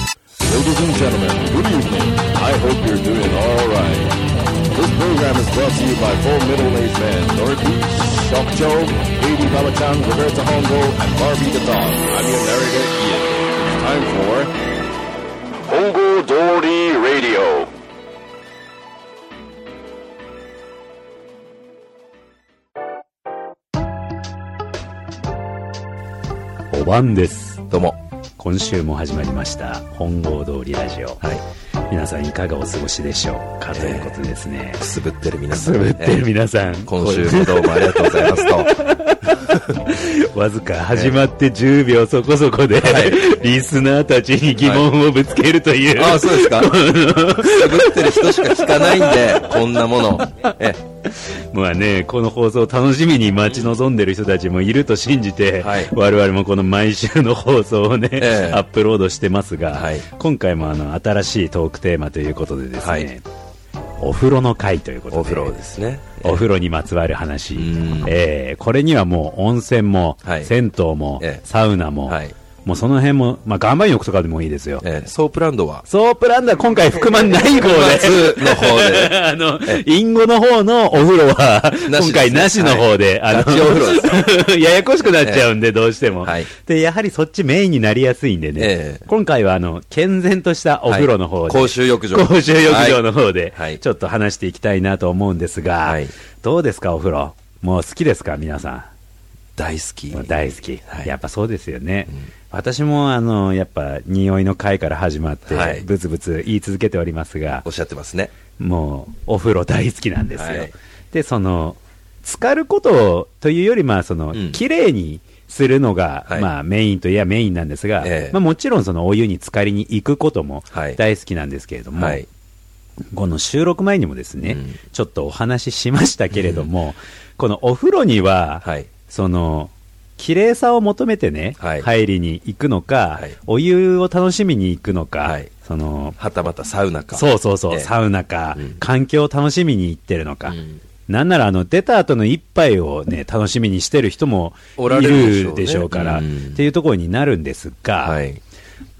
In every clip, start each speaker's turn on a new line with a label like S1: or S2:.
S1: Ladies and gentlemen, good evening. I hope you're doing all right. This program is brought to you by four middle-aged men, Dorothy, Shock Joe, Baby Balachan, Roberta Hongo, and Barbie the Dog. I'm your narrator, Ian. It's time for Hongo Dory Radio.
S2: お晩です
S3: どうも。
S2: 今週も始まりました本郷通りラジオ、皆さんいかがお過ごしでしょうかということでですね、
S3: くすぶってる皆
S2: く
S3: さ
S2: す
S3: ん。
S2: ぶってる
S3: え
S2: 皆さん、
S3: ー今週もどうもありがとうござい ますと。
S2: これわずか始まって10秒そこそこで、リスナーたちに疑問をぶつけるという、
S3: ああ、そうですか。くすぶってる人しか聞かないんで、こんなもの。え
S2: まあね、この放送を楽しみに待ち望んでる人たちもいると信じて、
S3: はい
S2: 我々もこの毎週の放送をね、
S3: ええ
S2: アップロードしてますが、
S3: はい
S2: 今回もあの新しいトークテーマということでですね、
S3: はい
S2: お風呂の会ということで、
S3: お風呂ですね。
S2: お風呂にまつわる話
S3: ん、
S2: えーこれにはもう温泉も、
S3: はい
S2: 銭湯も、
S3: ええ
S2: サウナも、
S3: はい
S2: もうその辺も、まあ、岩盤浴とかでもいいですよ。
S3: えーソープランドは、
S2: ソープランドは今回含まんない方で。
S3: 夏の方 で、
S2: あの、インゴの方のお風呂は、
S3: なしですね
S2: 今回なしの方で、
S3: はい
S2: あの
S3: ガチお風呂
S2: ややこしくなっちゃうんで、どうしても、
S3: はい
S2: で、やはりそっちメインになりやすいんでね、
S3: ええ
S2: 今回は、あの、健全としたお風呂の方で、
S3: 公衆浴場。
S2: 公衆浴場の方で、
S3: はい
S2: ちょっと話していきたいなと思うんですが、
S3: はい
S2: どうですか、お風呂。もう好きですか、皆さん。
S3: 大好き。
S2: もう大好き、
S3: はい
S2: やっぱそうですよね、私もあのやっぱ匂いの会から始まって、
S3: はい
S2: ブツブツ言い続けておりますが
S3: おっしゃってますね。
S2: もうお風呂大好きなんですよ、
S3: はい
S2: でその浸かることをというよりまあその、
S3: うん
S2: 綺麗にするのが、
S3: はい
S2: まあ、メインといえばメインなんですが、
S3: ええ
S2: まあ、もちろんそのお湯に浸かりに行くことも
S3: はい
S2: 大好きなんですけれども、
S3: はい。
S2: この収録前にもですね、
S3: うん
S2: ちょっとお話ししましたけれども、このお風呂には、
S3: はい。
S2: その綺麗さを求めてね、
S3: はい
S2: 入りに行くのか、
S3: はい
S2: お湯を楽しみに行くのか、
S3: はい
S2: その
S3: はたまたサウナか。
S2: そうそうそう、
S3: ええ
S2: サウナか、
S3: うん
S2: 環境を楽しみに行ってるのか、
S3: うん
S2: なんならあの出た後の一杯を、ね、楽しみにしてる人も
S3: おら
S2: い
S3: れ
S2: る
S3: る
S2: で
S3: で
S2: し
S3: し
S2: ょ
S3: ょ
S2: う
S3: うね
S2: から、
S3: うん
S2: っていうところになるんですが、
S3: はい。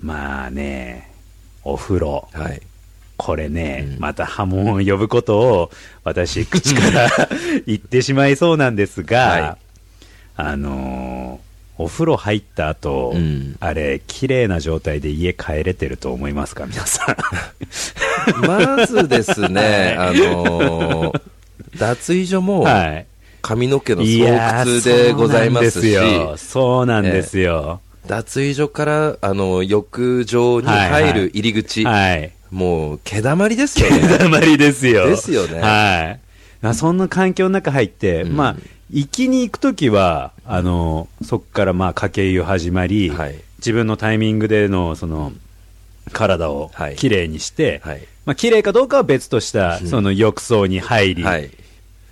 S2: まあね、お風呂、
S3: はい。
S2: これね、
S3: うん
S2: また波紋を呼ぶことを私、口から 言ってしまいそうなんですが、
S3: はい
S2: あのーお風呂入った後、
S3: うん
S2: あれ、綺麗な状態で家帰れてると思いますか、皆 さん。
S3: まずです ね、あのー脱衣所も、
S2: はい。
S3: 髪の毛の
S2: いや
S3: 巣
S2: ー
S3: 窟でございますし、
S2: そうなんですよ。
S3: 脱衣所からあの浴場に入る入り
S2: そ
S3: 口、
S2: うなんですよ。はい。
S3: もう毛だまりですよ
S2: 手
S3: ね。
S2: だまりですよ。
S3: ですよね
S2: はい。なそんな環境の中入って、
S3: うん
S2: まあ、行きに行くときは、あの、そこからまあ、家計湯始まり、
S3: はい
S2: 自分のタイミングでの、その、体を
S3: はい
S2: きれいにして、
S3: はい
S2: まあ、綺麗かどうかは別とした、
S3: うん
S2: その浴槽に入り、
S3: はい、
S2: っ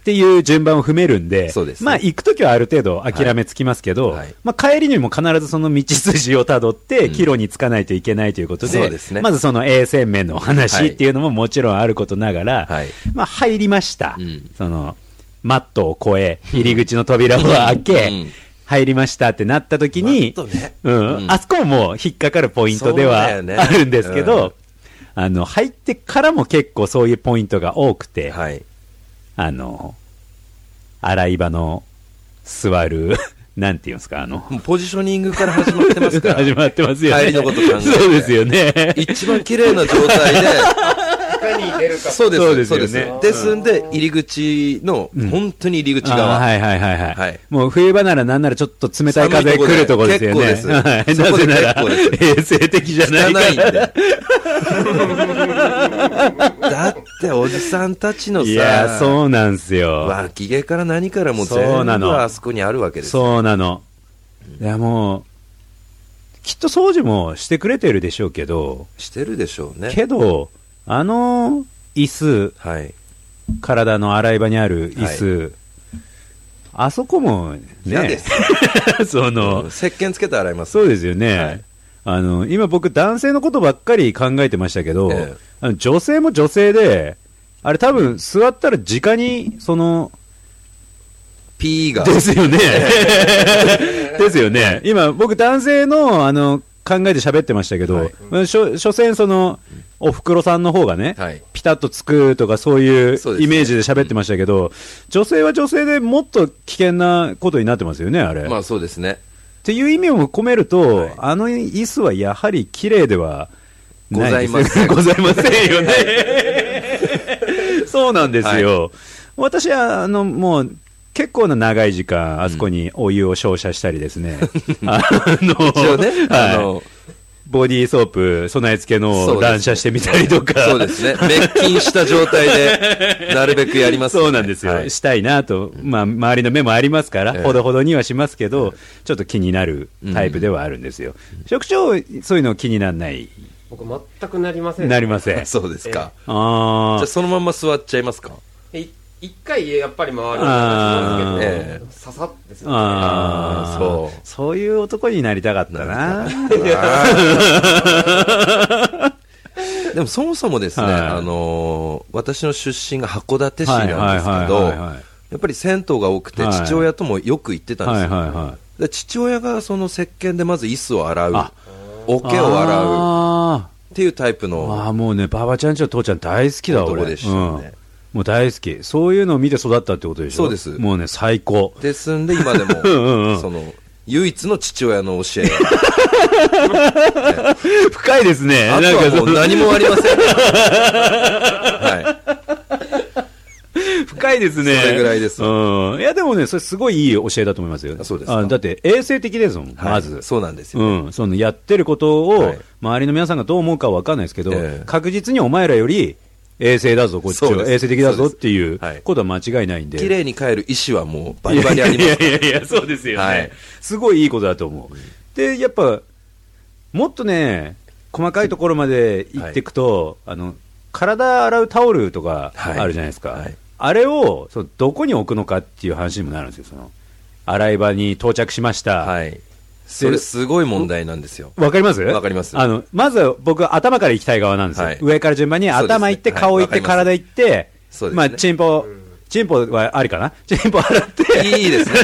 S2: ていう順番を踏めるんで、
S3: そうですね
S2: まあ行くときはある程度諦めつきますけど、
S3: はいはい
S2: まあ帰りにも必ずその道筋をたどって、
S3: うん
S2: 帰路につかないといけないということで、
S3: そうですね
S2: まずその衛生面の
S3: は
S2: 話
S3: い
S2: っていうのももちろんあることながら、
S3: はい
S2: まあ入りました。
S3: うん
S2: その、マットを越え、入り口の扉を開け、
S3: うん
S2: 入りましたってなった時に、
S3: マットね
S2: うん
S3: うん
S2: あそこももう引っかかるポイントでは
S3: そうだよね
S2: あるんですけど、
S3: うん
S2: あの、入ってからも結構そういうポイントが多くて、
S3: はい、
S2: あの、洗い場の座る、 なんていうんですか、あの、
S3: もうポジショニングから始まってますから、
S2: 始まってますよね。
S3: 帰りのこと考えて
S2: そうですよね。
S3: 一番綺麗な状態 で、そうです、
S2: そ
S3: そう
S2: で
S3: うですす、
S2: よね
S3: ですんで、入り口の、本当に入り口側、
S2: あーはいはいはいはい。
S3: はい
S2: もう冬場ならなんならちょっと冷たい風
S3: 寒いとこで
S2: 来るとこですよね。はい
S3: 結構です
S2: な
S3: そこ
S2: ぜ
S3: で
S2: なら、
S3: 結構
S2: 衛生的じゃ
S3: 汚
S2: ないいから。
S3: んで。だって、おじさんたちのさ、
S2: いやー、そうなんですよ。
S3: 脇毛から何からも
S2: そう
S3: 全部
S2: なの
S3: あそこにあるわけですよ
S2: そうなの。いや、もう、きっと掃除もしてくれてるでしょうけど、
S3: してるでしょうね。
S2: けど、あの、椅子、
S3: はい。
S2: 体の洗い場にある椅子、あそこも
S3: 嫌
S2: ね
S3: で、す
S2: その、
S3: 石鹸つけて洗います。
S2: そうですよね、
S3: はい
S2: あの今、僕、男性のことばっかり考えてましたけど、
S3: ええ
S2: あの女性も女性で、あれ、多分座ったら直に、その、
S3: ピー が。
S2: ですよね、ですよね、今、僕、男性のあの考えて喋ってましたけど、
S3: はい
S2: まあしょ所詮その、おふくろさんの方がね、
S3: はい
S2: ピタッとつくとかそういう
S3: そうですね
S2: イメージで喋ってましたけど、女性は女性でもっと危険なことになってますよね、あれ。
S3: ま
S2: っ
S3: あそうで すね。
S2: ていう意味も込めると、
S3: はい
S2: あの椅子はやはり綺麗ではない
S3: ございません
S2: ございませんよ ね。そうなんですよ。私は、あの、もう、結構な長い時間、あそこにお湯を照射したりです ね。あの、
S3: 一応ねあ
S2: はい
S3: の、
S2: ボディーソープ備え付けの
S3: そう
S2: を
S3: です
S2: 乱射してみたりとか。
S3: そうですね。滅菌した状 態で、なるべくやりますね、
S2: そうなんですよ、
S3: はい
S2: したいなと、まあ、周りの目もありますから、
S3: ええ
S2: ほどほどにはしますけど、ちょっと気になるタイプではあるんですよ、職長、そういうの気にならない、
S4: 僕全くなりません
S2: なりません、あ
S3: そうですか。
S2: あ
S3: じゃあ
S2: ー
S3: そのまま座っちゃいますか。
S4: い一回やっぱり回る
S2: あー
S4: んですけどささっですね
S2: あー
S3: そ
S2: そういう男になりたかったな、
S3: でもそもそもですね、
S2: はい
S3: あのー私の出身が函館市
S2: はい
S3: なんですけど、
S2: はいはいはいはい
S3: やっぱり銭湯が多くて、
S2: はい
S3: 父親ともよく行ってたんです
S2: は
S3: よ
S2: い、はいはい、
S3: で父親がその石鹸でまず椅子を洗う
S2: あ、
S3: 桶を洗う
S2: あ
S3: っていうタイプ
S2: ー
S3: の
S2: あー、もうね、ばばちゃんちの父ちゃん、大好きだ、俺、
S3: 男でしたよね
S2: うんもう大好き、そういうのを見て育ったってことでしょ、
S3: そうです
S2: もうね、最 高。
S3: ですんで、今でも
S2: んうん
S3: その唯一の父親の教え、
S2: 深いですね。
S3: あと
S2: なんか
S3: はも
S2: そうの
S3: 何もありません、 はい、
S2: 深いですね。
S3: それぐらいです
S2: うん。いや、でもね、それすごいいい教えだと思いますよ。
S3: あそうですか
S2: あだって、衛生的ですもん、
S3: はい
S2: まず。
S3: そうなんですよ、
S2: うん。その、やってることを
S3: はい、
S2: 周りの皆さんがどう思うかはわかんないですけど、
S3: ええ
S2: 確実にお前らより、衛生だぞ、こっち
S3: そうで
S2: は。
S3: す
S2: 衛生的だぞ
S3: そう
S2: っ
S3: です
S2: ていう
S3: はい
S2: ことは間違いないんで。
S3: 綺麗に帰る意思はもうバリバリありま
S2: い
S3: す
S2: やいやいや、そうですよね、
S3: はい
S2: すごいいいことだと思う。で、やっぱ、もっとね、細かいところまで行っていくと、あの体洗うタオルとか
S3: はい
S2: あるじゃないですか、
S3: はい
S2: あれをそのどこに置くのかっていう話にもなるんですよ、その洗い場に到着しました、
S3: はい、それすごい問題なんですよ。
S2: わかります
S3: わかります
S2: あの、まず僕は頭から行きたい側なんですよ。
S3: はい
S2: 上から順番に
S3: そうですね
S2: 頭行って、
S3: はい
S2: 顔行って、
S3: わかります
S2: 体行って、
S3: そうですね
S2: まあ、チンポ、チンポはありかなチンポ洗って、
S3: い いですね。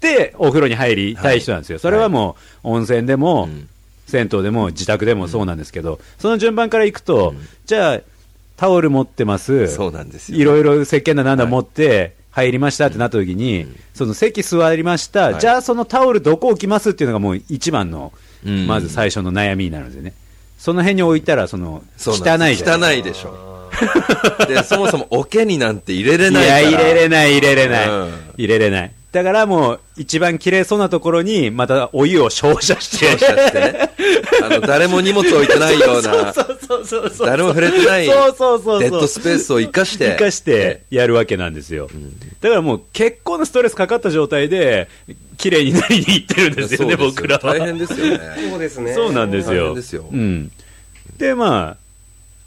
S2: で、お風呂に入りたい人なんですよ。それはもう、温泉でも、
S3: うん
S2: 銭湯でも、自宅でもそうなんですけど、その順番から行くと、じゃあ、タオル持ってます。
S3: そうなんですよ
S2: いろいろ石鹸だなんだ持って、入りましたってなった時に、その席座りました、
S3: い
S2: じゃあそのタオルどこ置きますっていうのがもう一番の、
S3: うん
S2: まず最初の悩みになるんですよね。その辺に置いたら、その、汚
S3: そう
S2: いじ
S3: な
S2: ゃ
S3: ん
S2: な
S3: で
S2: い
S3: す汚いでしょ。で、そもそも桶になんて入れれない
S2: い
S3: から。
S2: や、入れれない、入れれない、
S3: うん
S2: 入れれない。だからもう、一番綺麗そうなところに、またお湯を照射して。
S3: 放射してね。あの、誰も荷物置いてないよう な、
S2: そうそうそうそう。
S3: 誰も触れてない、デ
S2: そうそうそうそう。
S3: ッドスペースを生かして。
S2: 生かしてやるわけなんですよ。だからもう、結構なストレスかかった状態で、綺麗になりに行ってるん
S3: ね。
S2: ですよね、
S3: そうです
S2: 僕らは。
S3: 大変ですよね。
S4: そうですね
S2: そうなんです
S3: 大
S2: よ。
S3: 変ですよ
S2: うん。で、まあ、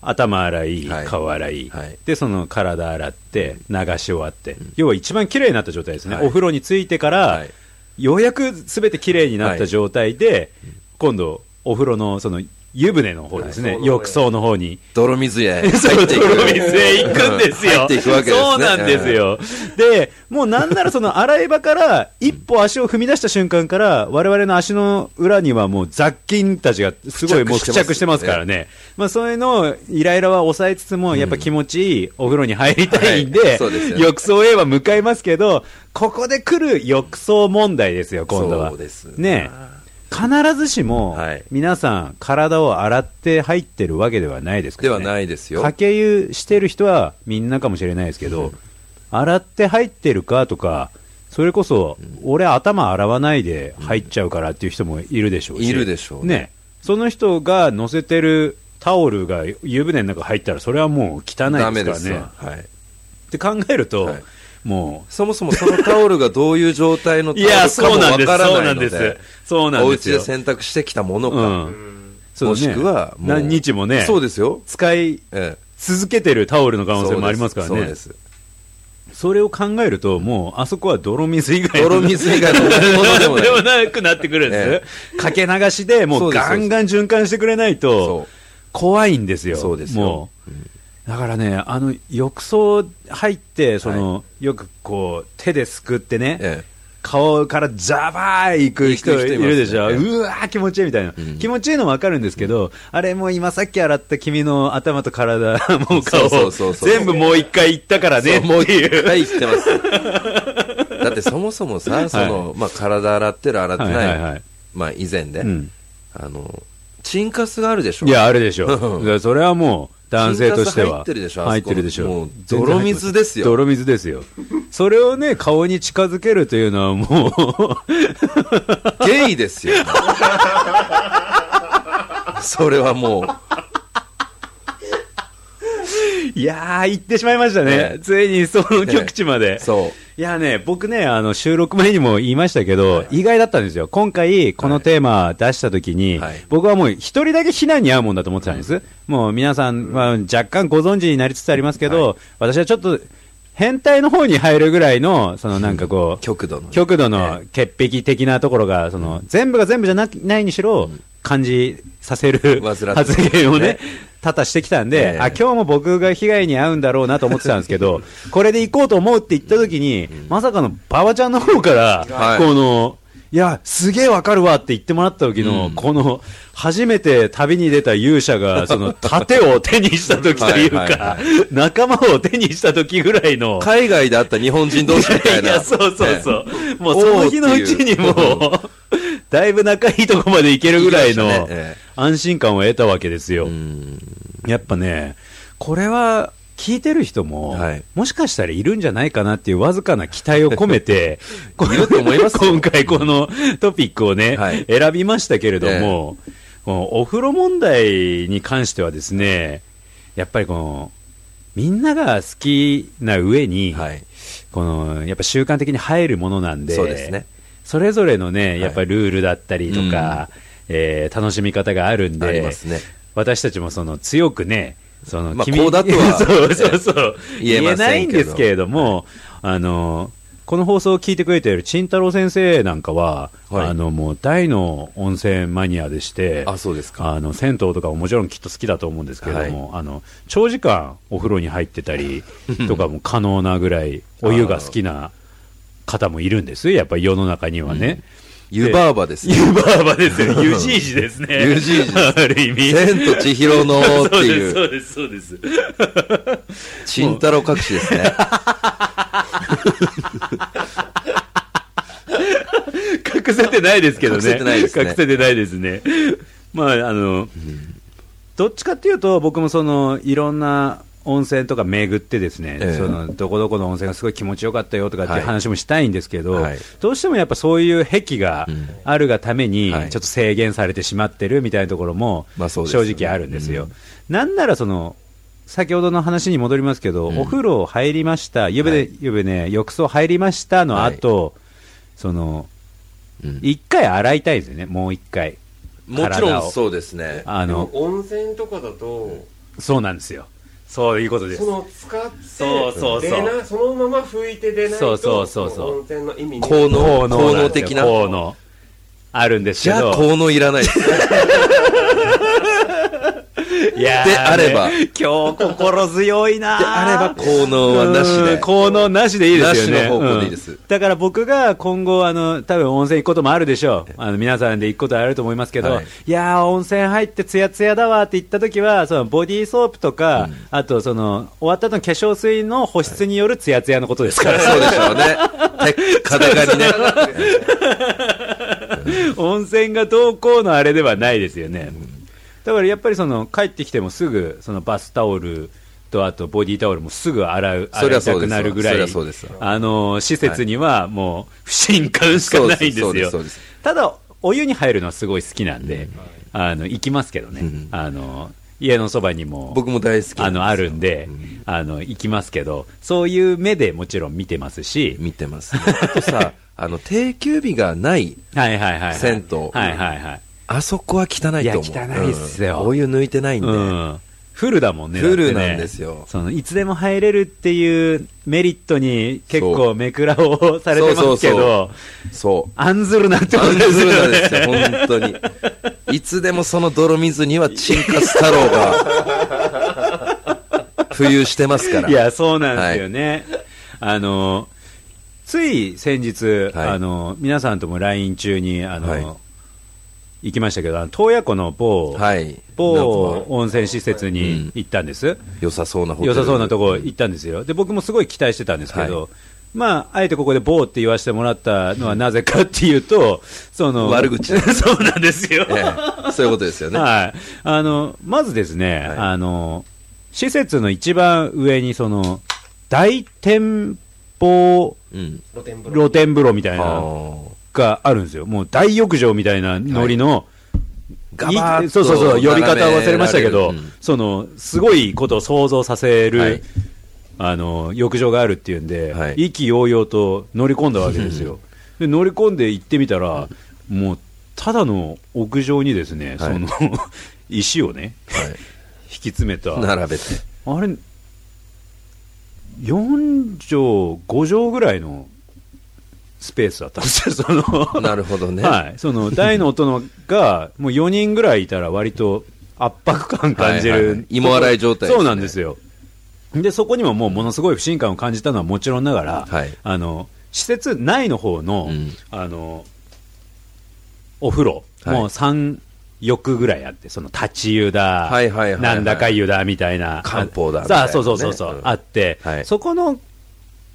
S2: 頭洗い、
S3: はい
S2: 顔洗い,、
S3: はい
S2: で、その体洗って、流し終わって、要は一番綺麗になった状態ですね。
S3: はい
S2: お風呂についてから、
S3: はい
S2: ようやくすべて綺麗になった状態で、今度、お風呂の、その、湯船の方ですね、
S4: はい
S2: 浴槽の方に。
S3: 泥水へ入
S2: そう、
S3: っていく。
S2: 泥水へ行くんですよ。
S3: 入っていくわけですね。
S2: そうなんですよ。で、もうなんならその洗い場から一歩足を踏み出した瞬間から、我々の足の裏にはもう雑菌たちがすごいもう付
S3: 付
S2: 着
S3: 着
S2: し
S3: してて
S2: ま
S3: ますす
S2: からね。まあそういうのをイライラは抑えつつも、やっぱ気持ちいいお風呂に入りたいん
S3: は
S2: で
S3: いそうですよ、ね
S2: 浴槽へは向かいますけど、ここで来る浴槽問題ですよ、今度は。
S3: そうです
S2: ね。必ずしも
S3: はい、
S2: 皆さん体を洗って入ってるわけではないですか
S3: で
S2: らね。
S3: はないですよ
S2: か。け湯してる人はみんなかもしれないですけど、洗って入ってるかとか、それこそ、俺、頭洗わないで入っちゃうからっていう人もいるでしょうし、
S3: いるでしょう
S2: ね
S3: ね
S2: その人が乗せてるタオルが湯船の中入ったら、それはもう汚いですから
S3: ダ
S2: ね。
S3: メですわ。はい。
S2: って考えると、
S3: はい
S2: もう、
S3: そもそもそのタオルがどういう状態のタ
S2: い
S3: オルか
S2: や、そ
S3: も
S2: うなんで
S3: わ
S2: す、
S3: から
S2: そう
S3: な
S2: ないん
S3: の
S2: で、、
S3: です
S2: そうなん
S3: お
S2: です
S3: 家で
S2: よ。
S3: 洗濯してきたもの
S2: う
S3: か、
S2: ん、そう
S3: も
S2: ね
S3: しくはもう
S2: 何日もね、
S3: そうですよ、
S2: 使い
S3: ええ
S2: 続けてるタオルの可能性もありますからね。
S3: そうです
S2: それを考えると、もう、あそこは泥水以外の
S3: 泥水以外のものでも
S2: 何でも
S3: ない
S2: なくなってくるんです、
S3: え
S2: かけ流しでも
S3: そううです
S2: ガンガン循環してくれない
S3: そ
S2: と
S3: う、
S2: 怖いんですよ、
S3: そうですよ
S2: もう、だからね、あの浴槽入って、そのよくこう手ですくってね、
S3: ええ
S2: 顔からザバーいく人
S3: 行く人
S2: い
S3: いますね
S2: るでしょ、うわー、気持ちいいみたいな、気持ちいいの分かるんですけど、あれもう今さっき洗った君の頭と体、もう顔
S3: そうそうそう、そう
S2: 全部もう一回行ったからね
S3: そうもう
S2: ってい
S3: 一
S2: う。
S3: 回言ってます。だってそもそもさ、その、まあ、体洗ってる洗ってない、
S2: はいはいはい
S3: まあ、以前で、
S2: うん
S3: あの、チンカスがあるでし ょ。
S2: いや、あれでしょ。だ
S3: うん
S2: からそれはもう、男性としては。
S3: チンカス入ってるでしょあそこ
S2: 入ってるでしょ
S3: もう泥水ですよ
S2: 泥水ですよ。それをね、顔に近づけるというのはもう、
S3: ゲイで すよ。それはもう、
S2: いやー、行ってしまいました
S3: え
S2: ね
S3: え。
S2: ついにその極地まで。
S3: そう。
S2: いやね、僕ね、あの、収録前にも言いましたけど、意外だったんですよ。今回、このテーマ出した時に、
S3: はい
S2: 僕はもう一人だけ避難に遭うもんだと思ってたんです。もう皆さん、まあ、若干ご存知になりつつありますけど、私はちょっと、変態の方に入るぐらいの、そのなんかこう、
S3: 極度のね
S2: 極度の潔癖的なところが、その、全部が全部じゃなないにしろ、感じさせる
S3: 煩ってる
S2: 発言をね
S3: ね、
S2: 多々してきたんで、
S3: ええ
S2: あ今日も僕が被害に遭うんだろうなと思ってたんですけど、これで行こうと思うって言った時に、まさかの馬場ちゃんの方から、
S3: はい
S2: この、いや、すげえわかるわって言ってもらった時の、この、初めて旅に出た勇者が、その、盾を手にした時という
S3: はい
S2: か
S3: は、
S2: 仲間を手にした時ぐらいの、
S3: 海外であった日本人同士みたい
S2: い
S3: な。
S2: や、そうそうそう。もう
S3: おー
S2: その日のうちにも
S3: っていう
S2: う、 だいぶ仲いいとこまでいけるぐらいの
S3: いきましたねええ
S2: 安心感を得たわけですよ。
S3: うん
S2: やっぱね、これは聞いてる人も、
S3: はい
S2: もしかしたらいるんじゃないかなっていうわずかな期待を込めて、この
S3: いると思いますよ
S2: 今回このトピックをね、
S3: はい
S2: 選びましたけれども、このお風呂問題に関してはですね、やっぱりこの、みんなが好きな上に、
S3: はい。
S2: このやっぱ習慣的に入るものなんで
S3: そうですね
S2: それぞれのねやっぱルールだったりとか、えー楽しみ方があるんで
S3: ありますね
S2: 私たちもその強くねその
S3: まあ
S2: 君
S3: こうだと は
S2: そうそうそう
S3: え言えませんけど
S2: ないんですけれども、あのこの放送を聞いてくれている慎太郎先生なんかは、
S3: はい
S2: あのもう大の温泉マニアでして
S3: あそうですか
S2: あの銭湯とかももちろんきっと好きだと思うんですけれども、あの長時間お風呂に入ってた りとかも可能なぐらいお湯が好きな方もいるんですよやっぱり世の中にはね。
S3: 湯婆婆ですね。
S2: 湯婆婆です よ。湯じいじですね。
S3: 湯じいじ
S2: ある意味。
S3: 千と千尋のってい う
S2: そうです、そうです、そうです。
S3: チンタロ隠しで すね。
S2: 隠せてないですけどね。
S3: 隠せてないですね
S2: 隠せてないですね。まあ、あの、どっちかっていうと、僕もその、いろんな、温泉とか巡ってですね、
S3: ええ
S2: そのどこどこの温泉がすごい気持ちよかったよとかっていう話もしたいんですけど、
S3: はい
S2: どうしてもやっぱそういう癖が
S3: うん
S2: あるがために、ちょ
S3: は
S2: っ
S3: い
S2: と制限されてしまってるみたいなところも
S3: まあそう
S2: 正
S3: ですよね
S2: 直あるんですよ。なんならその先ほどの話に戻りますけど、お風呂入りました、湯
S3: は
S2: 船
S3: い
S2: 湯船浴槽入りましたの後、その
S3: うん
S2: 一回洗いたいですよね、もう一回。
S3: もち
S2: 体
S3: ろ
S2: を
S3: んそうですね。
S2: あの、
S4: 温泉とかだと
S2: そうなんですよ。そういうことです
S4: そ。の使って
S2: そうそうそう
S4: でなそのまま拭いて出ないと
S2: そうそうそうそう
S4: の温泉の意味に
S3: 効
S2: 効
S3: 能効
S2: 能
S3: 能的な
S2: 効能。あるんです
S3: じ
S2: け
S3: ゃあ、
S2: ど。
S3: 効能いらないですね。
S2: いやー
S3: であれば
S2: ね今日心強いなー
S3: であれば、効能はなし
S2: う
S3: で
S2: ん。効能なしでいいですよね。
S3: なしの方向でいいです
S2: うんだから僕が今後、あの、多分温泉行くこともあるでしょう。あの、皆さんで行くことあると思いますけど、
S3: はい
S2: い、やー、温泉入ってツヤツヤだわって言った時は、そのボディーソープとか、あとその、終わった後の化粧水の保湿によるツヤツヤのことですから、
S3: そうで しょうね。て肩がりね。
S2: 温泉がどうこうのあれではないですよね、だからやっぱりその帰ってきてもすぐそのバスタオルとあとボディタオルもすぐ洗う
S3: そ
S2: 洗
S3: り
S2: い
S3: ゃそ
S2: た
S3: う
S2: く
S3: です
S2: なるぐらい
S3: そりゃそうです
S2: あの施設にはもう不信感しかないんです
S3: そうです
S2: よ
S3: そうですそうで
S2: ただお湯に入るのはすごい好きなんで、あの行きますけどね、
S3: うん
S2: あの家のそばにも
S3: 僕も大好き。
S2: あのあるんで、あの行きますけどそういう目でもちろん見てますし、
S3: 見てます、ね。あとさ、あの、定休日がない、
S2: はいはいはいはい、
S3: 銭湯
S2: はいはいはい
S3: あそこは汚いと思う。
S2: いや汚いっすよ
S3: うんお湯抜いてないんで。
S2: うん、フルだもんね
S3: フル
S2: だってね
S3: なんですよ
S2: そのいつでも入れるっていうメリットに結
S3: そ
S2: 構
S3: う
S2: めくらをされてますけど
S3: そう。
S2: 案ずるなってこと
S3: 案
S2: で
S3: ず
S2: す
S3: るな
S2: よ
S3: ん
S2: ね
S3: ですよ、本当に。いつでもその泥水にはチンカス太郎が、浮遊してますから。
S2: いやそうなんですよね、あのつい先日、
S3: はい
S2: あの皆さんとも LINE 中にあの、
S3: はい
S2: 行きましたけど、あの洞爺湖の某、
S3: はい。なん
S2: 某
S3: か
S2: 温泉施設
S3: うん
S2: に行ったんです、
S3: 良さそうなホテル
S2: 良さそうなとこ行ったんですよ、で僕もすごい期待してたんですけど、
S3: は
S2: まあ、あえてここで某って言わせてもらったのはなぜかっていうと、その
S3: 悪口
S2: そうなんですよ、
S3: ええそういうことですよ ね。
S2: はい、あのまずですね、
S3: はい
S2: あの施設の一番上にその大展望
S3: うん。
S4: 露天風呂
S2: 露天風呂みたい
S3: あ
S2: な
S3: ー
S2: があるんですよ、もう大浴場みたいなノリの、
S3: ガバ
S2: い
S3: ッ
S2: そ
S3: と
S2: うそうそう、呼び方忘れましたけど、
S3: 眺められるうん
S2: そのすごいことを想像させる、
S3: はい
S2: あの浴場があるっていうんで、
S3: はい
S2: 意気揚々と乗り込んだわけですよ。で乗り込んで行ってみたら、もうただの屋上にですね、
S3: はい
S2: その 石をね、引き詰めた、
S3: はい。並べて。
S2: あれ、4畳、5畳ぐらいのスペースだったんですよ、その
S3: なるほどね。
S2: はい、その大の大人がもう4人ぐらいいたら割と圧迫感感じる、
S3: はいはいはい芋洗い状態ですね
S2: そうなんですよでそこにももうものすごい不信感を感じたのはもちろんながら、
S3: はい
S2: あの施設内の方の、
S3: うん
S2: あのお風呂、
S3: はい
S2: もう3浴ぐらいあってその立ち湯だ、
S3: はいはいはいはい
S2: なんだか湯だみたいな
S3: 漢方だみたいな
S2: さあそ
S3: ね
S2: うそうそうそう、
S3: うん
S2: あって、
S3: はい
S2: そこの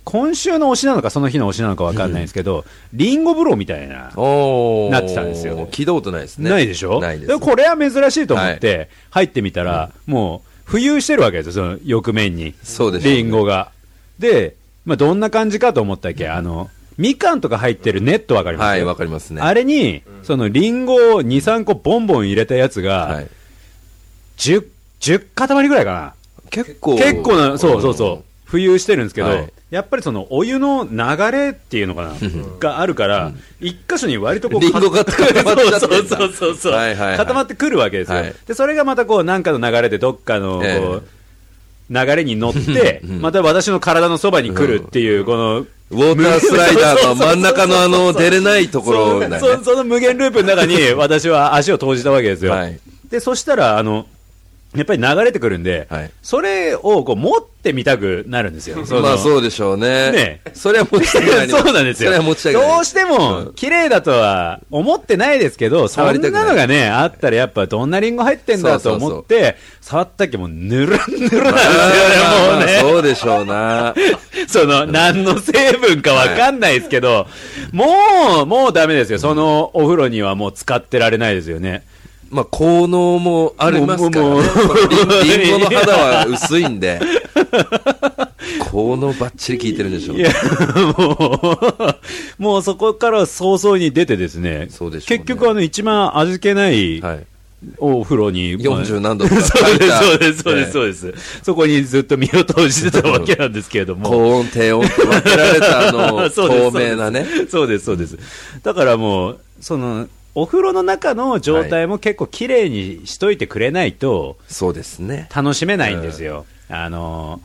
S2: 今週の推しなのかその日の推しなのかわかんないですけど、リンゴ風呂みたいな
S3: おー
S2: なってたんですよ
S3: 聞いたことないですね。
S2: ないでしょ
S3: ないです
S2: だからこれは珍しいと思って入ってみたら、もう浮遊してるわけですよ、その浴面に、
S3: そうでしょうね
S2: リンゴが。で、まあ、どんな感じかと思ったっけ、あのみかんとか入ってるネットわかります
S3: はい、わかりますね。
S2: あれに、そのリンゴを2、3個ボンボン入れたやつ
S3: は
S2: が
S3: い、
S2: 10、10塊ぐらいか
S3: 結構。
S2: な、結構な、そうそうそう。浮遊してるんですけど、
S3: はい
S2: やっぱりそのお湯の流れっていうのかな、があるから、一箇所に割とこう、
S3: リンゴが固まっちゃってんだ
S2: そうそうそうそう、
S3: はいはいはい
S2: 固まってくるわけですよ、
S3: はい
S2: でそれがまたこうなんかの流れでどっかのこう、
S3: ええ
S2: 流れに乗って、また私の体のそばに来るっていう、この
S3: ウォータースライダーの真ん中のあの、出れないところだね
S2: そそその無限ループの中 に私は足を投じたわけですよ、
S3: はい
S2: でそしたらあのやっぱり流れてくるんで、
S3: はい
S2: それをこう持ってみたくなるんですよ、その
S3: まあそうでしょうね。
S2: ね
S3: それは持ちたくなりま
S2: そうなんですよ。
S3: それは持ちたくなり
S2: どうしても、綺麗だとは思ってないですけど、そ
S3: 触
S2: ん
S3: りたくない
S2: なのがね、あったらやっぱどんなリンゴ入ってんだと思って、触ったっけもうぬるんぬるなんですよね、もうね。
S3: そうでしょうな。
S2: その、何の成分かわかんないですけど、もう、もうダメですよ。そのお風呂にはもう使ってられないですよね。
S3: まあ、効能もありますから、
S2: も
S3: ね
S2: うもう
S3: リンリンゴの肌は薄いんで、効能ばっちり効いてるんでしょう
S2: いや、もう、もうそこから早々に出てですね。
S3: そうでしょう
S2: 結
S3: ね
S2: 局、あの、一番味気ない
S3: はい。
S2: お風呂に。まあ
S3: 40何度と か
S2: そうです、そう
S3: 書い
S2: で
S3: た
S2: す、そうです、そうです。そこにずっと身を投じてたわけなんですけれども。
S3: 高温、低温って分けられたあ の、
S2: そうです
S3: 透明なね。。
S2: そうです、そうです。そうですだからもう、その、お風呂の中の状態も結構綺麗にしといてくれないと
S3: そうですね。
S2: 楽しめないんですよ。あの、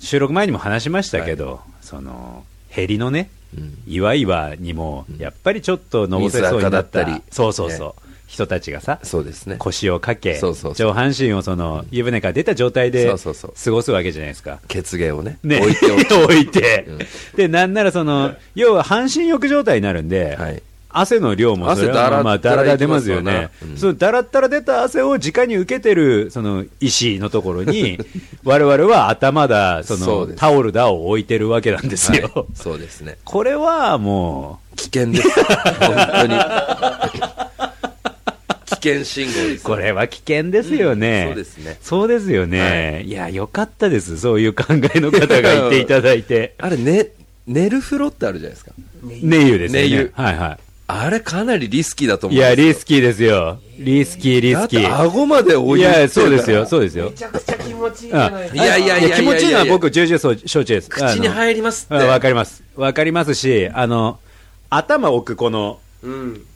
S2: 収録前にも話しましたけど、その、ヘリのね、
S3: うん
S2: いわいわにも、やっぱりちょっとのぼせそうになった
S3: 水垢だった
S2: り
S3: り、
S2: そうそうそう、人たちがさ、
S3: そうですね。
S2: 腰をかけ
S3: そうそうそう
S2: 上半身をその湯船から出た状態で
S3: そうそうそう
S2: 過ごすわけじゃないですか。
S3: 血芸をね、
S2: ね、
S3: 置いてお く。
S2: 置いて
S3: うん
S2: でなんならその要は半身浴状態になるんで、
S3: はい
S2: 汗の量もそれは
S3: 汗だら
S2: まあ
S3: だら
S2: だらだら出ますよ
S3: いき
S2: ね
S3: ますよねうん
S2: そのだらったら出た汗を直に受けてるその石のところ に我々は頭だそ
S3: そう
S2: の
S3: です
S2: タオルだを置いてるわけなんですよ、
S3: はいそうですね。
S2: これはもう
S3: 危険です。本当に。 危険信号です。
S2: これは危険ですよね、
S3: うんそうですね
S2: そうですよね、い、やよかったですそういう考えの方がいていただいて
S3: あれ、ね、寝る風呂ってあるじゃないですか。
S2: 寝湯ですよね
S3: 寝湯
S2: はいは
S3: あれかなりリスキーだと
S2: い
S3: 思。
S2: いうやリ
S3: ス
S2: スキーですよリスキーリ
S3: だ
S2: ス
S3: っ
S2: キ
S3: て
S2: ー
S3: 顎までお
S2: い
S3: 湯
S2: やそうですよ
S3: う。
S2: そうです
S4: め
S2: よ
S4: ちゃくちゃ気持ちいいじゃないです
S3: い
S4: か
S3: やいやいやいや
S2: 気持ちいいのはい
S3: や
S2: 僕重々そう承知です
S3: 口に入りますって。
S2: あのわかりますわかりますしあの頭置くこの
S4: うん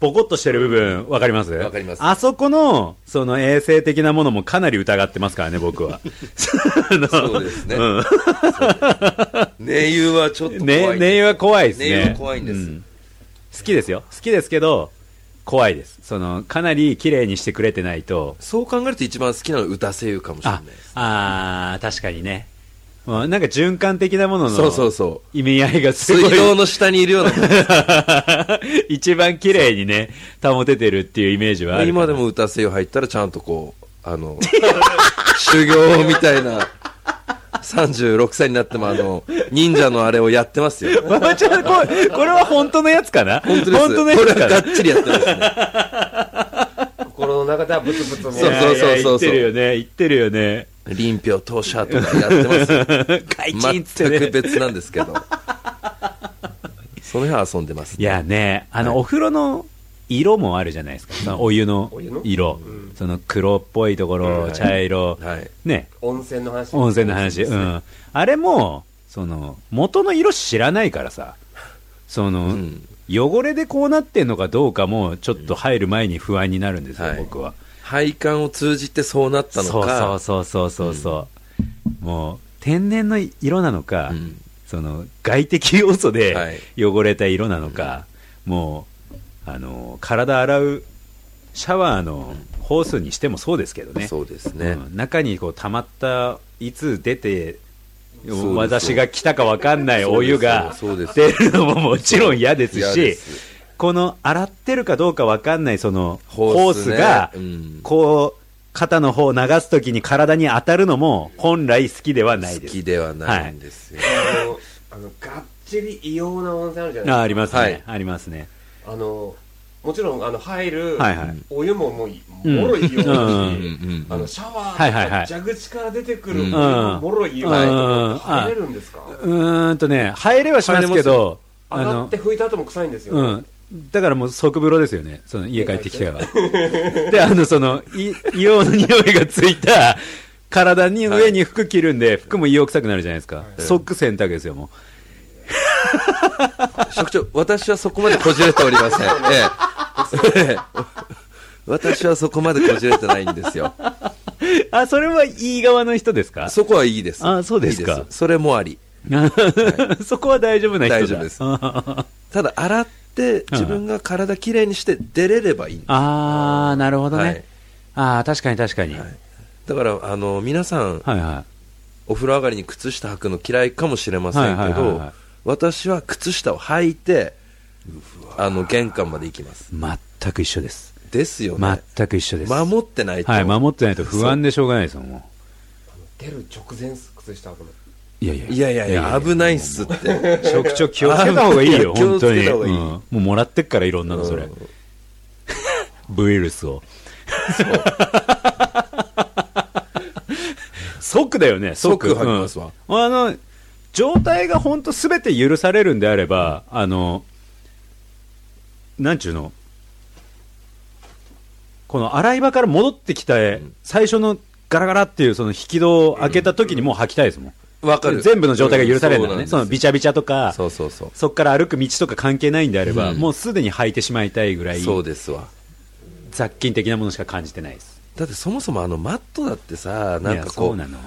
S2: ボコッとしてる部分わかります
S3: わかります
S2: あそこのその衛生的なものもかなり疑ってますからね僕 は
S3: そうですね。
S2: うん
S3: 寝湯はちょっと怖
S2: ね、
S3: い。
S2: ネイは怖いですね。
S3: ネイルは怖いんです
S2: う好きですよ。好きですけど、怖いです。その、かなり綺麗にしてくれてないと。
S3: そう考えると一番好きなのは歌声優かもしれな
S2: あ
S3: いです。、
S2: あー確かにね。まあなんか循環的なもの
S3: そうそう
S2: の
S3: そ
S2: 意味合いが
S3: う。
S2: す
S3: 水
S2: ごい
S3: 道の下にいるようなもん
S2: 一番綺麗にね、保ててるっていうイメージはある。
S3: 今でも打たせよ入ったらちゃんとこう あの修行みたいな36歳になってもあの忍者のあれをやってますよ
S2: 馬場 ちゃん、これ、これは本当のやつかな
S3: 本当です
S2: のや
S3: こ
S2: つ
S3: れ
S2: か
S3: は
S2: な
S3: がっちりやってますね
S4: 心の中ではブツブツも
S3: そうそう
S2: いやいや言ってるよね、言ってるよね。
S3: 臨氷投射とかやってますよ
S2: 解禁っつって
S3: 全く
S2: ね。
S3: 別なんですけどその辺は遊んでます
S2: いやね、あの、
S3: はい
S2: お風呂の色もあるじゃないですか。そのお湯の
S4: お湯の
S2: 色。その黒っぽいところ、
S3: はい
S2: 茶色、
S3: はい
S2: ね、
S4: 温泉の話
S2: 温泉の話、
S4: です
S2: う
S4: ね
S2: ん。あれも、その、元の色知らないからさ、その、
S3: ん
S2: 汚れでこうなってんのかどうかも、ちょっと入る前に不安になるんですよ、
S3: はい
S2: 僕は。
S3: 配管を通じてそうなったの
S2: そう
S3: か
S2: そうそうそうそうそう、もう天然の色なのか、
S3: うん
S2: その外的要素
S3: は
S2: で汚れた色なのか、もうあの体洗うシャワーのホースにしてもそうですけどね
S3: そうですね
S2: うん中にこう溜まったいつ出て
S3: ですよ
S2: 私が来たか分かんないお湯が
S3: そうです
S2: 出るのももちろん嫌です
S3: 嫌
S2: し
S3: です
S2: この洗ってるかどうか分かんないその
S3: ホ
S2: ホ
S3: ー
S2: ー
S3: ス
S2: ス
S3: ね
S2: が
S3: うん
S2: こう肩の方を流すときに体に当たるのも本来好きではないで
S3: 好き
S2: す。
S3: ではないんですよ、
S4: あのあのがっちり異様な温泉あるじゃ
S2: あ
S4: な
S2: あ
S4: い
S2: り
S4: です
S2: ますね、
S3: はい
S2: ありますね。
S4: かあのもちろんあの入る
S2: はいはい
S4: お湯ももう
S2: うん
S4: もろいよう
S2: うん
S4: に
S3: うん
S4: あのシャワ
S2: はいはい
S4: ー
S2: は
S4: の
S2: い
S4: 蛇口から出てくるお
S3: う
S4: 湯
S3: ん
S4: ももろいよう
S2: うん
S4: に入れるんですか
S2: うーんとね、入れはしますけど、
S4: 上がって拭いた後も臭いんですよ、
S2: うん。だからもう即風呂ですよね。その家帰ってきてから。で、あの、その、い硫黄の匂いがついた体に上に服着るんで、服も硫黄臭くなるじゃないですか。即洗濯ですよ、も
S3: 職長、私はそこまでこじれており ません。ええ、 私はそこまでこじれてないんですよ。
S2: う。あ、それはいい側の人ですか
S3: そこはいいです。
S2: あそうですか
S3: いいそれもあり。
S2: そこは大丈夫な人だ
S3: 大丈夫です
S2: あ
S3: ただ、洗って、自分が体きれいにして出れればいい。
S2: あ、なるほどね。
S3: はい
S2: ああ、確かに確かに。は
S3: はいいだから、あの、皆さん、
S2: はい。
S3: お風呂上がりに靴下履くの嫌いかもしれません
S2: はい
S3: け
S2: はいはい
S3: ど
S2: はい、
S3: 私は靴下を履いて、あの、玄関まで行きます。
S2: 全く一緒です。
S3: ですよね。
S2: 全く一緒です。
S3: 守ってないと。
S2: はい、守ってないと不安でしょうがないですよ、も
S4: 出る直前靴下履くの
S2: う。いやいや
S3: いやいやいや、危ないっ すって。
S2: 食長気をつけた方がいいよ、
S3: あ気を
S2: 本
S3: つ
S2: 当
S3: け
S2: に。
S3: た方
S2: う
S3: が
S2: ん
S3: いい
S2: もうもらってっから、いろんなの、それ
S3: うん。
S2: ウイルスを。即だよね、即。
S3: 即吐きますわ
S2: うんあの、状態が本当すべて許されるんであれば、あの、なんちゅうの、この洗い場から戻ってきた最初のガラガラっていうその引き戸を開けた時にもう吐きたいですもん。
S3: わかる
S2: 全部の状態が許されるんだよね。
S3: うん
S2: そ
S3: そう
S2: の
S3: なんで
S2: ビ
S3: す
S2: チャビチャとか、
S3: そうそうそう。
S2: そこから歩く道とか関係ないんであれば、
S3: うん
S2: もうすでに履いてしまいたいぐらい
S3: そうですわ。
S2: 雑菌的なものしか感じてないです
S3: だってそもそもあのマットだってさ、なん
S2: いや
S3: か
S2: そ
S3: こ
S2: う
S3: う、
S2: なの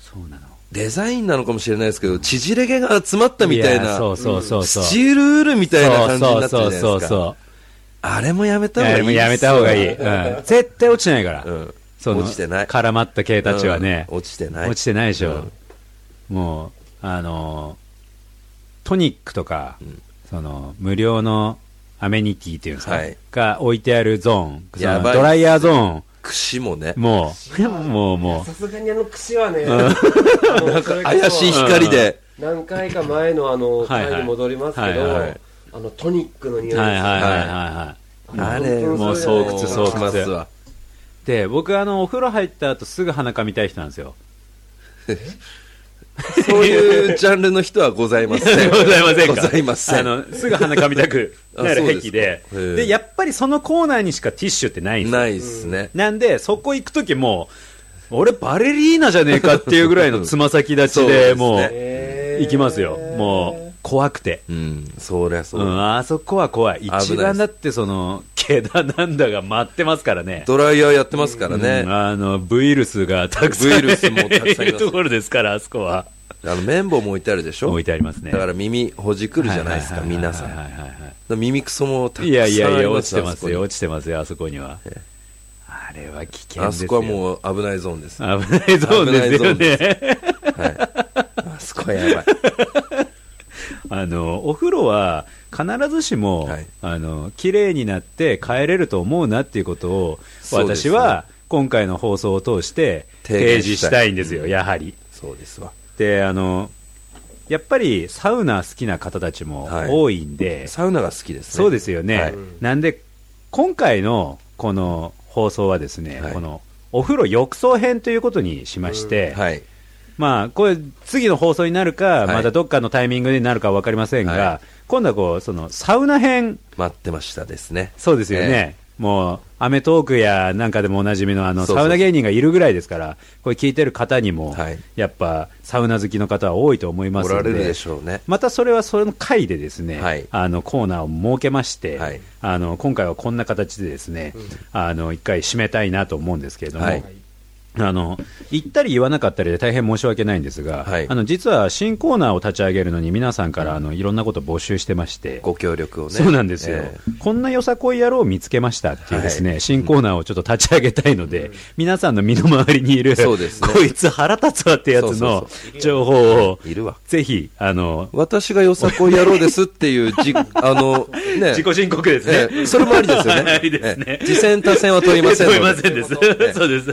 S2: そうなの
S3: デザインなのかもしれないですけど、縮れ毛が集まったみたい
S2: や
S3: な、
S2: そう
S3: ス
S2: そうそうそう
S3: チールウールみたいな感じになって
S2: そう
S3: るじゃな
S2: そ
S3: いう
S2: そ
S3: で
S2: う
S3: すか。
S2: そ
S3: あれもやめた
S2: うい
S3: 方がいい
S2: や
S3: っす
S2: も
S3: よ。
S2: うやめた方がいい、うん絶対落ちないから、
S3: うん
S2: その
S3: 落ちてない
S2: 絡まった毛たちはね、
S3: うん落ちてない
S2: 落ちてないでしょ、
S3: うん
S2: もうあのートニックとか、その無料のアメニティっていうんですか、
S3: はい
S2: が置いてあるゾーンそ
S3: や
S2: の
S3: ばいっす
S2: ドライヤーゾーン
S3: 櫛もね、
S2: も うもうもう
S4: さすがにあの櫛はね、
S3: な
S4: なん
S3: か怪しい光で、
S4: 何回か前のあの
S2: はいはい
S4: 回に戻りますけ
S2: はい
S3: は
S4: ど
S3: い、
S4: あのトニックの匂いですね
S2: はいはいはいはいはい。
S3: あれ
S2: もう
S4: そう
S2: 巣巣
S3: きますわ。
S2: で、僕、あの、お風呂入った後すぐ鼻かみたい人なんですよ。
S3: そういうジャンルの人はございま せん。ございませ
S2: あ
S3: ん。
S2: の、すぐ鼻かみたくなる癖で
S3: あそうですかへえ
S2: で、やっぱりそのコーナーにしかティッシュってないんですよ
S3: ないっすね。
S2: なんで、そこ行く時も、俺バレリーナじゃねえかっていうぐら いのつま先立ち
S3: そうです
S2: で
S3: ね
S2: もう、
S4: へー
S2: 行きますよ。もう、怖くて。
S3: うん、そりゃそううだ
S2: ん、あそこは怖い。
S3: 危ないです
S2: 一番だってその、毛だなんだが待ってますからね。
S3: ドライヤーやってますからね
S2: うん。あの、ウイルスがたくさん
S3: ウイルスもたくさんいます
S2: いるところですから、あそこは。
S3: あの綿棒も置いてあるでしょ
S2: 置いてありますね。
S3: だから耳ほじくるじゃないですか、
S2: はははは
S3: 皆さん。だか
S2: はいはいはい
S3: ら耳くそもたくさんあり
S2: いやいやいや、落ちて
S3: あ
S2: ま
S3: そこ
S2: す
S3: に
S2: よ、落ちてますよ、あそこには。あれは危険
S3: あ
S2: です
S3: そ
S2: よ。
S3: こはもう危ないゾーンです。
S2: 危ないゾーンですよね。
S3: はあそこはやばい。
S2: あのお風呂は必ずしも、
S3: はい
S2: あの綺麗になって帰れると思うなっていうことを、
S3: そうです
S2: 私
S3: ね
S2: は今回の放送を通して提
S3: 提
S2: 示
S3: 示
S2: し
S3: したた
S2: いんですよ、やはり。
S3: そうですわ。
S2: であのやっぱりサウナ好きな方たちも
S3: はい
S2: 多いんで、
S3: サウナが好きですね。
S2: そうですよね、
S3: はい
S2: なんで今回のこの放送はですね、
S3: はい
S2: このお風呂浴槽編ということにしまして、
S3: はい。
S2: まあ、これ、次の放送になるか、
S3: い
S2: またどっかのタイミングになるか分かりませんが、
S3: は
S2: 今度はこうそのサウナ編、
S3: 待ってましたですね。
S2: そうですよね、もう、アメトークやなんかでもおなじみのあの
S3: そうそう
S2: サウナ芸人がいるぐらいですから、これ、聞いてる方にも、
S3: はい
S2: やっぱサウナ好きの方は多いと思い
S3: ええ。
S2: ま
S3: お
S2: すの
S3: ら
S2: で。
S3: れるでしょうね。
S2: またそれはその回でですね、
S3: はい
S2: あのコーナーを設けまして、
S3: はい
S2: あの今回はこんな形でですね、あの一回締めたいなと思うんですけれども、
S3: はい
S2: あの言ったり言わなかったりで大変申し訳ないんですが、
S3: はい
S2: あの実は新コーナーを立ち上げるのに皆さんからあのいろんなことを募集してまして。
S3: ご協力をね。
S2: そうなんですよ、
S3: え
S2: こんなよさこい野郎を見つけましたっていうですね、新コーナーをちょっと立ち上げたいので、皆さんの身の回りにいる、
S3: そうですね
S2: こいつ腹立つわってやつ
S3: そ
S2: の
S3: う
S2: 情報を
S3: えいるわ。
S2: ぜひあの
S3: 私がよさこい野郎ですっていう、 じ、あの、ね。
S2: 自己申告ですね。
S3: ええそれもありですよね。
S2: ありですね
S3: ええ次戦他戦は問いませんの
S2: 問
S3: で。
S2: いませんです。そうです。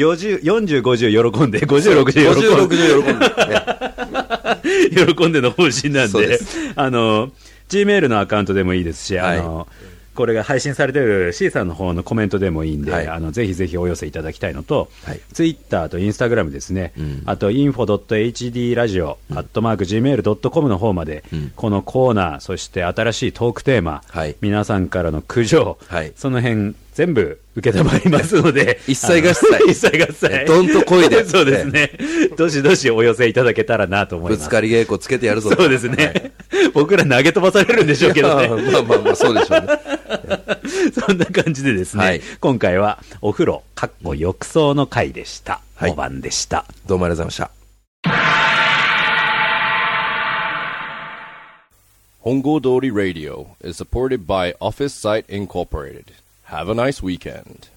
S2: 40、40、50喜んで、50、
S3: 50、
S2: 60喜ん
S3: 60喜んで。ええ
S2: で、喜んでの方針なん
S3: そう
S2: で
S3: で、
S2: あの、Gmail のアカウントでもいいですし、あの、これが配信されてる C さんの方のコメントでもいいんで、
S3: はい
S2: あのぜひぜひお寄せいただきたいのと、
S3: はい
S2: ツイッターとインスタグラムですね、
S3: うん
S2: あと info.hdradio.gmail.com の方まで、
S3: うん
S2: このコーナー、そして新しいトークテーマ、
S3: はい
S2: 皆さんからの苦情、
S3: はい、
S2: その辺全部受けたまりますので
S3: 一切合切
S2: あの 一切合切。
S3: えどんとこい で
S2: そうですね。どしどしお寄せいただけたらなと思い
S3: ぶ
S2: ます。
S3: つかり稽古つけてやるぞ
S2: そうですね。僕ら投げ飛ばされるんでしょうけどね。
S3: まあまあまあ、そうでしょうね。
S2: そんな感じでですね、
S3: はい
S2: 今回はお風呂、かっこ浴槽の回でした。
S3: はい
S2: お晩でした。
S3: どうもありがとうございました。
S1: Hongo Dori Radio is supported by Office Site Incorporated. Have a nice weekend.